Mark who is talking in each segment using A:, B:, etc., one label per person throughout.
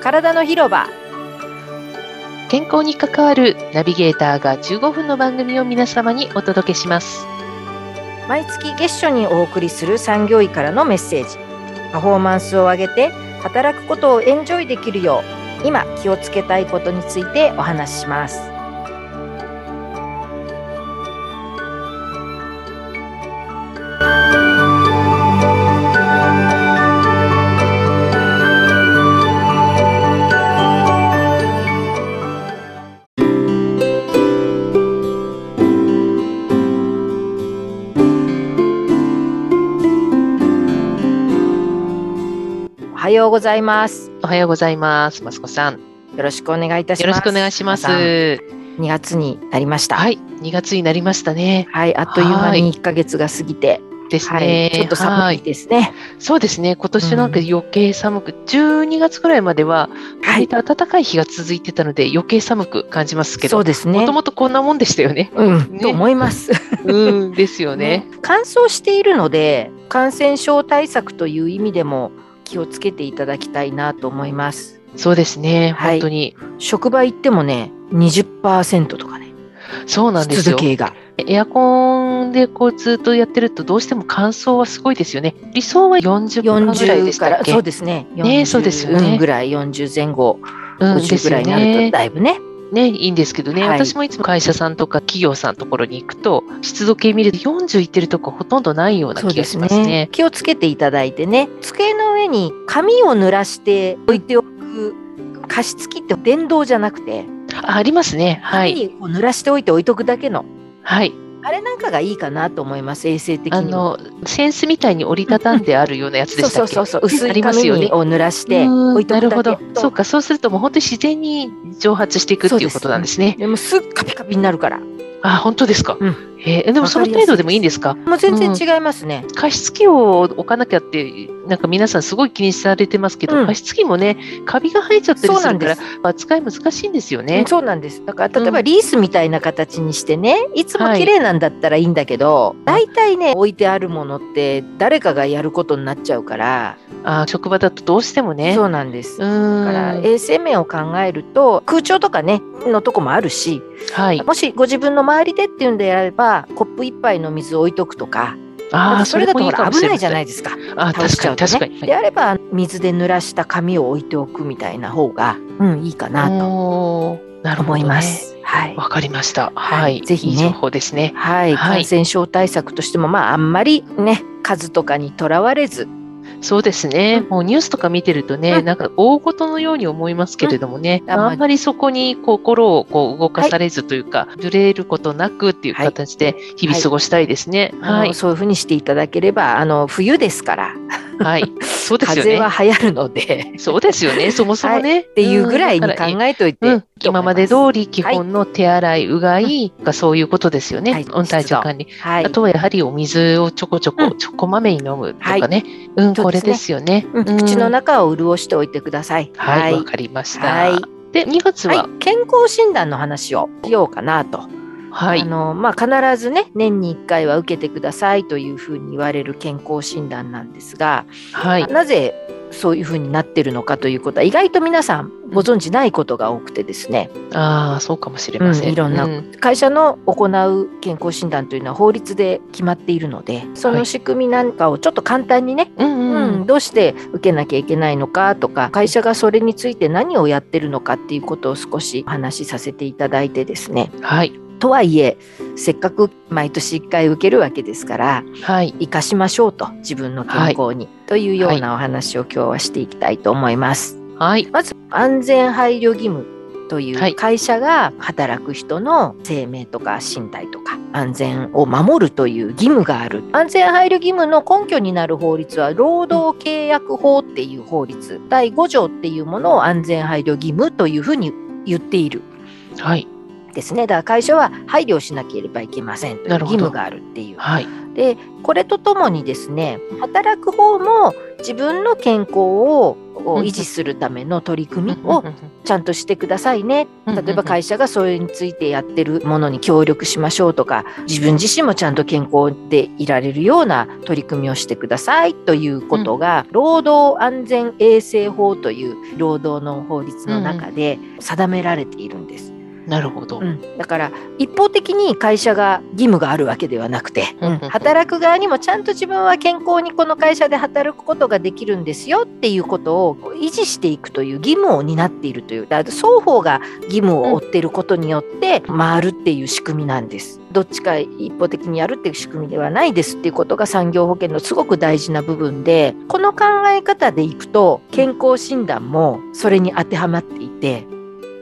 A: 体の広場
B: 健康に関わるナビゲーターが15分の番組を皆様にお届けします
A: 毎月月初にお送りする産業医からのメッセージパフォーマンスを上げて働くことをエンジョイできるよう今気をつけたいことについてお話ししますおはようございます
B: おはようございますマスコさん
A: よろしくお願いいたし
B: よ
A: ま
B: ろ
A: す
B: しくお願いします
A: 皆さん
B: は
A: 2月になりましたはい、
B: い2月になりましたね
A: あっという間に1ヶ月が過ぎて
B: です
A: は
B: ね
A: い、ちょっと寒い
B: は
A: ですね
B: そうですね今年なんか余計寒く、12月ぐらいまでは
A: は
B: 割
A: い
B: と暖かい日が続いてたので余計寒く感じますけ
A: そ
B: ど
A: うです
B: も
A: ね
B: ともとこんなもんでしたよ ね
A: うん、
B: ね
A: と思います
B: うんですよね
A: 乾燥しているので感染症対策という意味でも気をつけていただきたいなと思います
B: そうですね
A: はい
B: 本当に、
A: 職場行ってもね20%とかね
B: そうなんです
A: 湿度
B: よ
A: 計が
B: エアコンでこうずっとやってるとどうしても乾燥はすごいですよね。理想は40ぐらいで
A: 40
B: し
A: か
B: たっ
A: ら
B: け
A: そうですね
B: ねそうですよね
A: 40ぐらい40前後
B: うんで
A: 50
B: す
A: ぐら
B: よ
A: いになると
B: ね。
A: だいぶね
B: ねいいんですけどね、
A: はい
B: 私もいつも会社さんとか企業さんのところに行くと湿度計見ると40いってるとこほとんどないような
A: そう
B: 気
A: で
B: が
A: す
B: し
A: ね
B: ますね。
A: 気をつけていただいてね机の上に紙を濡らして置いておく加湿器って電動じゃなくて
B: あありますね。は
A: 紙
B: い。
A: にこう濡らしておいて置いとくだけの、
B: はい。
A: あれなんかがいいかなと思います衛生的
B: あ
A: にも
B: の、センスみたいに折りたたんであるようなやつで
A: そう
B: した
A: そ
B: っ
A: う
B: け
A: そうそう薄
B: あ
A: い
B: りま
A: 紙
B: すよね
A: にを濡らして
B: うん
A: 置いと
B: な
A: く
B: る
A: だ
B: ほ
A: け
B: ど。そうか、そうするともう本当に自然に蒸発していくっていうことなんですね。
A: でもすっカピカピになるから
B: あ、本当ですか。
A: うん
B: えーでもその程度でもいいんですか
A: もう全然違いますね、
B: 加湿器を置かなきゃって、なんか皆さんすごい気にされてますけど、
A: うん
B: 加湿器もね、カビが生えちゃったり
A: そう
B: す
A: な
B: る
A: ん
B: か
A: で
B: ら
A: す、
B: 扱い難しいんですよね。
A: そうなんですだから例え
B: う
A: ば
B: ん
A: リースみたいな形にしてねいつも
B: はい
A: 綺麗なんだったらいいんだけど、大体ね置いてあるものって誰かがやることになっちゃうから、
B: あー職場だとどうしてもね。
A: そうなんです、
B: う
A: だから
B: ーん。
A: 衛生面を考えると空調とかねのとこもあるし
B: はい。
A: もしご自分の周りでっていうんであればコップ一杯の水を置いとくとか
B: あ
A: なん
B: あ、
A: かそれだとほら危ないじゃないいですか
B: か。あー
A: 倒し
B: 確
A: ち
B: か
A: ゃう
B: に
A: とね
B: 確かに。
A: であれば水で濡らした紙を置いておくみたいな方が、うん、いいかなと
B: おーなるほど、
A: 思
B: ね。
A: います。はい、
B: わかりました。
A: は
B: はいい。
A: ぜひね
B: いい情報ですね。
A: はい、
B: はい
A: 感染症対策としても、まあ、あんまりね数とかにとらわれず、
B: そうですね。もうニュースとか見てるとね、
A: うん
B: なんか大事のように思いますけれどもね、
A: うん
B: あんまりそこに心をこう動かされずというか、ぶれることなくっていう形で日々過ごしたいですね。
A: あの
B: はい。
A: そういうふうにしていただければあの冬ですから
B: はい。そうですよ
A: 風邪
B: ね。
A: は流行るので
B: そうですよね。そもそもね。っ
A: っていうぐらいに考えといて、
B: うん、今まで
A: り、
B: 通り基本の手洗い、うがいがそういうことですよ
A: は
B: ね
A: い。
B: 温帯状管理。
A: はい
B: あとはやはりお水をちょこちょ
A: う
B: こ、ちょこまめに飲むとかね。うん、
A: そう
B: こ
A: で
B: れ
A: すね
B: ですよね。
A: うん
B: うん
A: 口の中を潤しておいてください。
B: はい、わかりまし
A: は
B: た
A: い。
B: で、2月
A: はい
B: は、
A: 健康診断の話をしようかなと
B: は
A: あ
B: い。
A: のまあ、必ずね年に1回は受けてくださいというふうに言われる健康診断なんですが、
B: はい。
A: なぜそういうふうになってるのかということは意外と皆さんご存じないことが多くてですね
B: ああ、そうかもしれません。
A: うんいろんな
B: う
A: 会社の行う健康診断というのは法律で決まっているのでその仕組みなんかをちょっと簡単にね、
B: うんう
A: うんん、どうして受けなきゃいけないのかとか会社がそれについて何をやってるのかっていうことを少しお話しさせていただいてですね
B: うん。はい。
A: とはいえせっかく毎年1回受けるわけですから
B: はい。
A: 生かしましょうと自分の健康に、というようなお話を今日はしていきたいと思います。
B: はい。
A: まず安全配慮義務とい
B: は
A: う
B: い
A: 会社が働く人の生命とか身体とか安全を守るという義務がある安全配慮義務の根拠になる法律は労働契約法っていう法律第5条っていうものを安全配慮義務というふうに言っている
B: はい。
A: ですねだから会社は配慮をしなければいけませんという
B: な
A: 義
B: るほど
A: 務があるっていう
B: はい。
A: でこれとともにですね働く方も自分の健康をを維持するための取り組みをちゃんとしてくださいね例えば会社がそれについてやってるものに協力しましょうとか自分自身もちゃんと健康でいられるような取り組みをしてくださいということが、労働安全衛生法という労働の法律の中で定められているんです。
B: なるほど、
A: うん、だから一方的に会社が義務があるわけではなくて、うん、働く側にもちゃんと自分は健康にこの会社で働くことができるんですよっていうことを維持していくという義務を担っているというだ双方が義務を負っていることによって回るっていう仕組みなんです。どっちか一方的にやるっていう仕組みではないですっていうことが産業保険のすごく大事な部分でこの考え方でいくと健康診断もそれに当てはまっていて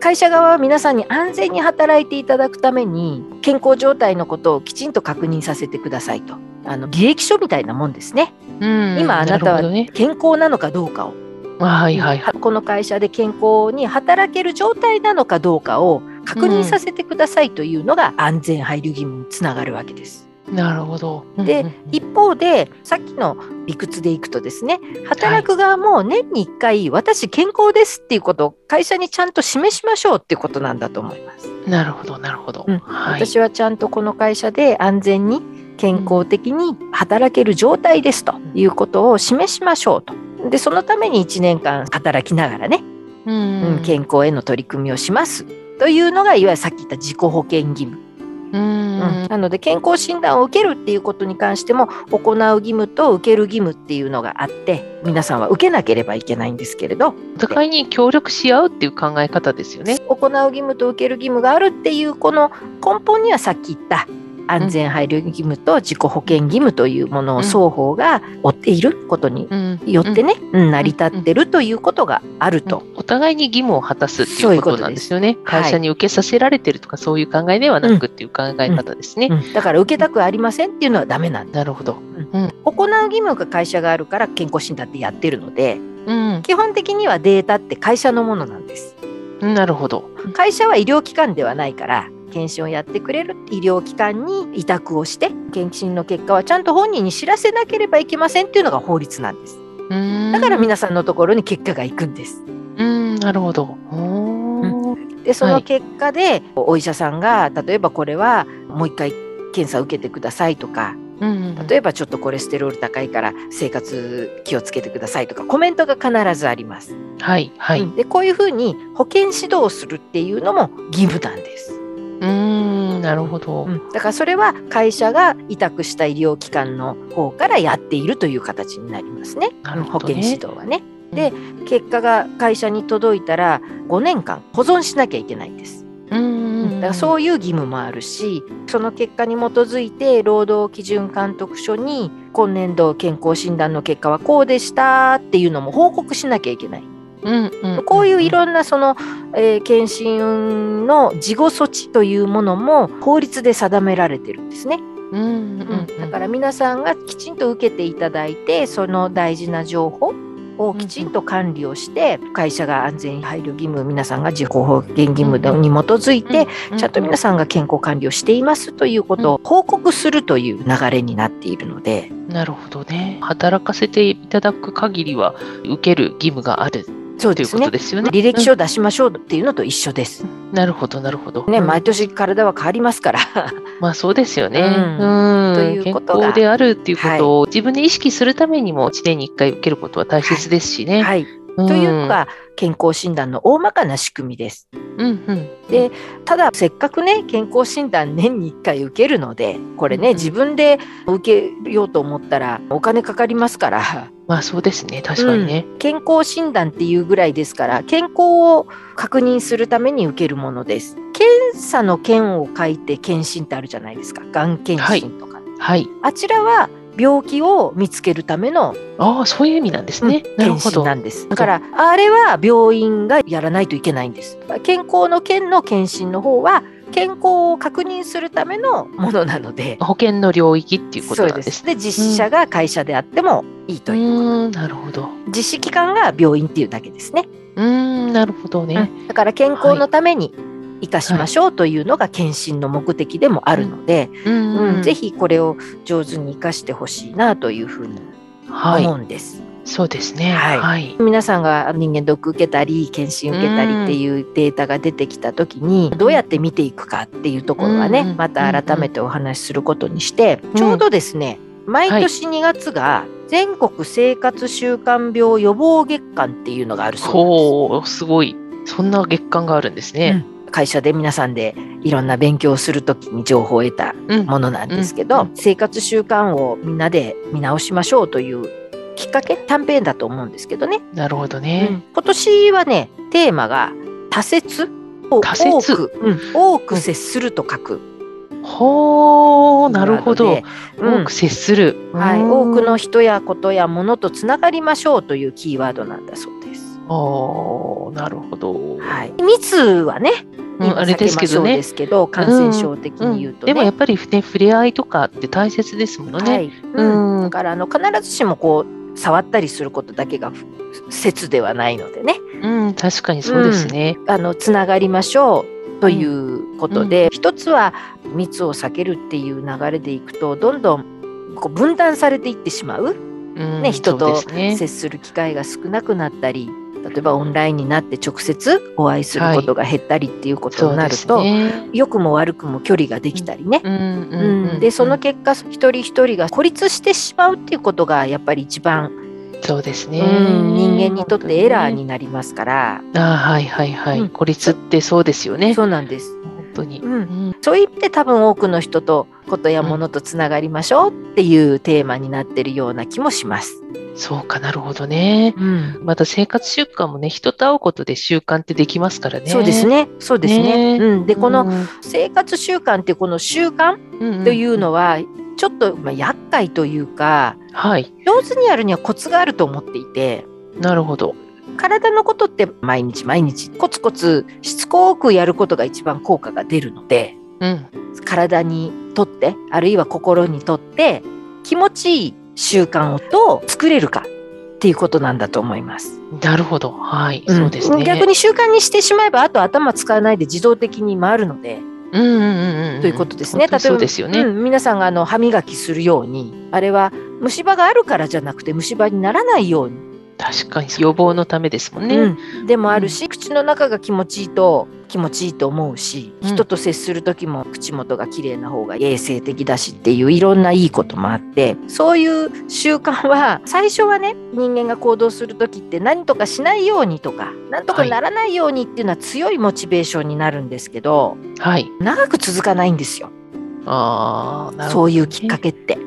A: 会社側は皆さんに安全に働いていただくために健康状態のことをきちんと確認させてくださいとあの履歴書みたいなもんですね、
B: うん、
A: 今あなたは健康なのかどうかを、
B: ね、はいはい、
A: この会社で健康に働ける状態なのかどうかを確認させてくださいというのが安全配慮義務につながるわけです。
B: なるほど。
A: で、一方で、さっきの理屈でいくとですね、働く側も年に1回、私健康ですっていうことを会社にちゃんと示しましょうっていうことなんだと思います。
B: なるほど、なるほど。
A: うんはい、私はちゃんとこの会社で安全に健康的に働ける状態ですということを示しましょうと。で、そのために1年間働きながらね、
B: うん、うん、
A: 健康への取り組みをしますというのが、いわゆるさっき言った自己保険義務。
B: うん
A: なので健康診断を受けるっていうことに関しても行う義務と受ける義務っていうのがあって皆さんは受けなければいけないんですけれど
B: お互いに協力し合うっていう考え方ですよね
A: 行う義務と受ける義務があるっていうこの根本にはさっき言った安全配慮義務と自己保険義務というものを双方が負っていることによってね、うん、うん、成り立ってるということがあると、
B: お互いに義務を果たすっていうことなんですよね会社に受けさせられてるとかそういう考えではなくっていう考え方ですね、
A: うんうん、だから受けたくありませんっていうのはダメなん
B: なるほど、
A: 行う義務が会社があるから健康診断ってやってるので、
B: うん、
A: 基本的にはデータって会社のものなんです
B: なるほど
A: 会社は医療機関ではないから検診をやってくれる医療機関に委託をして検診の結果はちゃんと本人に知らせなければいけませんっていうのが法律なんですだから皆さんのところに結果がいくんです
B: うんなるほど、
A: うん、でその結果で、はい、お医者さんが例えばこれはもう一回検査を受けてくださいとか例えばちょっとコレステロール高いから生活気をつけてくださいとかコメントが必ずあります。
B: はいはい、
A: でこういうふうに保健指導をするっていうのも義務なんです。、
B: うんなるほど、うん
A: だからそれは会社が委託した医療機関の方からやっているという形になりますね、ね、保健指導はね。で結果が会社に届いたら5年間保存しなきゃいけないんです。
B: うん
A: だからそういう義務もあるしその結果に基づいて労働基準監督署に今年度健康診断の結果はこうでしたっていうのも報告しなきゃいけない。
B: うんうん、
A: こういういろんなその、えー、検診の事後措置というものも法律で定められてるんですね。
B: うんうん、うん、
A: だから皆さんがきちんと受けていただいてその大事な情報をきちんと管理をして、うんうん、会社が安全配慮義務皆さんが自己保険義務に基づいて、うんうん、ちゃんと皆さんが健康管理をしていますということを報告するという流れになっているので。
B: なるほどね働かせていただく限りは受ける義務がある
A: そうですね。
B: ですよね
A: 履歴書を出しましょうっていうのと一緒です。
B: うん、なるほど、なるほど。
A: ね、毎年体は変わりますから。
B: まあ、そうですよね。うん。ということ健康であるっていうことを、自分で意識するためにも、1年に1回受けることは大切ですし
A: は
B: ね。
A: い、はいというのが健康診断の大まかな仕組みです。
B: うんうん、
A: でただせっかくね健康診断年に1回受けるのでこれね、うんうん、自分で受けようと思ったらお金かかりますから。
B: まあそうですね確かにね、
A: うん、健康診断っていうぐらいですから健康を確認するために受けるものです。検査の件を書いて検診ってあるじゃないですかがん検診とか、ね
B: はい。はい、
A: あちらは病気を見つけるための
B: ああそういう意味なんですね。
A: うん、検診なんです。だからあれは病院がやらないといけないんです。健康の件の検診の方は健康を確認するためのものなので
B: 保険の領域っていうことなんです、
A: ね。で実写が会社であってもいいということ、うん
B: なるほど
A: 実施機関が病院っていうだけですね。
B: うんなるほどね、
A: だから健康のために、はい生かしましょうというのが検診の目的でもあるので、
B: うん、うんうん、
A: ぜひこれを上手に生かしてほしいなというふうに思うんです。はい
B: そうですね。
A: はい
B: はい。
A: 皆さんが人間ドック受けたり検診受けたりっていうデータが出てきた時にどうやって見ていくかっていうところはね、
B: うんうん
A: また改めてお話しすることにして、
B: ん
A: ちょうどですね毎年2月が全国生活習慣病予防月間っていうのがあるそうなんです。
B: ほう、すごい。そんな月間があるんですね。
A: 会社で皆さんでいろんな勉強をするときに情報を得た
B: うん。
A: ものなんですけど、
B: うん
A: 生活習慣をみんなで見直しましょうというきっかけキャンペーンだと思うんですけどね、
B: なるほど
A: う
B: ね
A: ん。今年はねテーマが多節を
B: 多節
A: 多く、うん多く接すると書く、
B: ほう、なるほ
A: な
B: ど
A: ので。うん
B: 多く接する。
A: はい、
B: うん
A: 多く。の人やことや物とつながりましょうというキーワードなんだそうです。
B: おーなるほど。
A: はい、密はね、
B: うん
A: 今
B: あれですけど
A: 避まし
B: ね
A: ょうですけど、感染症的に言うとね。
B: でもやっぱり、ね、触れ合いとかって大切ですものね。
A: はい、うん、だからあの必ずしもこう触ったりすることだけが不説ではないのでね
B: うん、確かにそうですね。
A: あのつながりましょうということで、一つは密を避けるっていう流れでいくとどんどんこう分断されていってしまう、
B: うん
A: ね、人
B: そう
A: と
B: ですね
A: 接する機会が少なくなったり例えばオンラインになって直接お会いすることが減ったりっていうことになると、
B: そうですね
A: 良くも悪くも距離ができたりね、
B: うんうんうん
A: うん、でその結果一人一人が孤立してしまうっていうことがやっぱり一番、
B: そうですね、
A: うん人間にとってエラー
B: 本
A: になりますから、
B: 当にねあーはいはいはい、
A: うん
B: 孤立ってそうですよね
A: そうなんです、
B: 本当に、
A: うん、
B: うん
A: そういう意味で多分多くの人とことやものとつながりましょうっていうテーマになってるような気もします。
B: そうかなるほどね
A: うん
B: また生活習慣もね人と会うことで習慣ってできますからね
A: そうですね。そうですね。
B: ね
A: うん、で、この
B: うん
A: 生活習慣ってこの習慣
B: うんん
A: というのは、ちょっとまあ厄介というか、
B: はい
A: 上手にやるにはコツがあると思っていて、
B: なるほど
A: 体のことって毎日毎日コツコツしつこくやることが一番効果が出るので、
B: うん
A: 体にとって、あるいは心にとって、気持ちいい習慣をどう作れるかっていうことなんだと思います。
B: なるほどはい、そうです
A: ん
B: ね
A: 逆に習慣にしてしまえば、あと頭使わないで自動的に回るので、
B: うんうんうんうん
A: ということですね。
B: 本当にそうですよね、
A: うん皆さんがあの歯磨きするように、あれは虫歯があるからじゃなくて虫歯にならないように、
B: 確かに予防のためですもんね、
A: うん、でもあるし、口の中が気持ちいいと気持ちいいと思うし、
B: うん
A: 人と接する時も口元が綺麗な方が衛生的だしっていういろんないいこともあってそういう習慣は最初はね人間が行動する時って何とかしないようにとか何とかならないようにっていうのは強いモチベーションになるんですけど、
B: はい
A: 長く続かないんですよ
B: ああなる
A: そ
B: ほど
A: ういうきっかけって。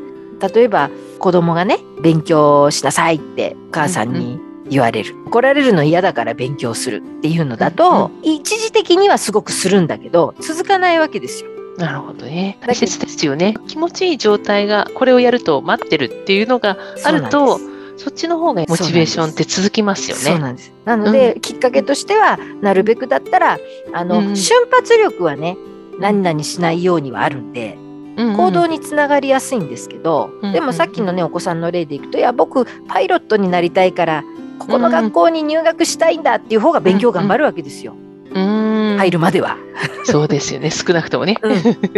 A: 例えば子供がね勉強しなさいってお母さんに言われる、怒られるの嫌だから勉強するっていうのだと、一時的にはすごくするんだけど続かないわけですよ。
B: なるほどね
A: けど
B: 大切ですよね気持ちいい状態がこれをやると待ってるっていうのがあるとそっちの方がモチベーションって続きますよ
A: そう
B: ね
A: なんですそうなんですなので、きっかけとしてはなるべくだったらあの、
B: うん
A: 瞬発力はね何々しないようにはあるんで行
B: 行
A: 動
B: に
A: につながりやすいんですけど、
B: うん
A: でもさっきのねお子さんの例でいくといや僕パイロットになりたいからここの学校に入学したいんだっていう方が勉強頑張るわけですよ、入るまでは。
B: そうですよね少なくともね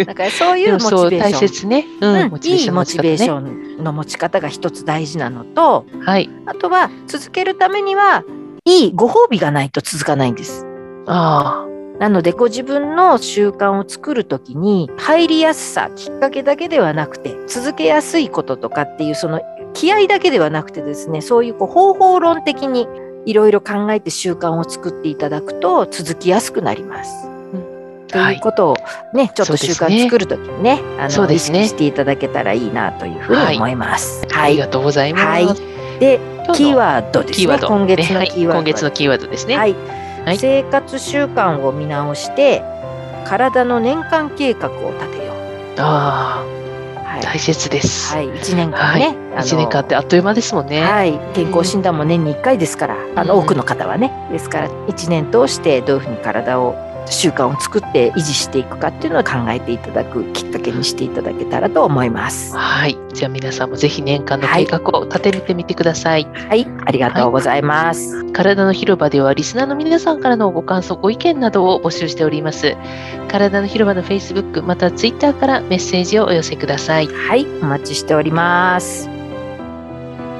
A: だからそうい
B: で
A: うモ
B: も
A: チ
B: そう
A: ベー
B: 大
A: ション。
B: 切ね
A: う
B: うんんモチベー
A: い
B: シ
A: い
B: ョンの
A: モチベーシ
B: 持ち
A: ョンの持ち方が一つ大事なのと
B: 方ねはい
A: あとは続けるためにはいいご褒美がないと続かないんです。
B: あ
A: なのでご自分の習慣を作るときに入りやすさきっかけだけではなくて続けやすいこととかっていうその気合だけではなくてですねそういうこう方法論的にいろいろ考えて習慣を作っていただくと続きやすくなります。と
B: あはい
A: いうことをね、ちょっと習
B: そうで
A: 慣
B: すね
A: 作るときにねあ
B: そ
A: の
B: う
A: 意
B: ですね
A: 識していただけたらいいなというふうに思います。
B: あ
A: は
B: り
A: い、
B: がとうございます、
A: はいでキーワードです
B: キーワ
A: ね
B: ード
A: 今月の
B: ね
A: キーワードは
B: はい今月のキーワードですね、
A: はい、
B: はい
A: 生活習慣を見直して体の年間計画を立てよう。
B: あ
A: は
B: あ
A: い、
B: 大切です、
A: はい、1年間ね、あの
B: 一年間ってあっという間ですもんね、
A: はい、健康診断も年に1回ですから、あの
B: うん
A: 多くの方はねですから1年通してどういうふうに体を習慣を作って維持していくかっていうのを考えていただくきっかけにしていただけたらと思います。
B: はい。じゃあ皆さんもぜひ年間の計画を立ててみてください。
A: はい、ありがとうございます。
B: 体の広場ではリスナーの皆さんからのご感想、ご意見などを募集しております。体の広場の Facebook、または Twitter からメッセージをお寄せください。
A: はい、お待ちしております。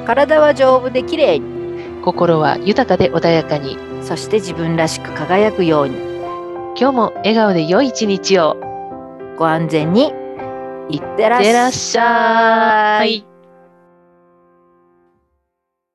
A: 体は丈夫で綺麗に
B: 心は豊かで穏やかに
A: そして自分らしく輝くように
B: 今日も笑顔で良い一日を
A: ご安全にいってらっしゃい。
B: いってらっしゃい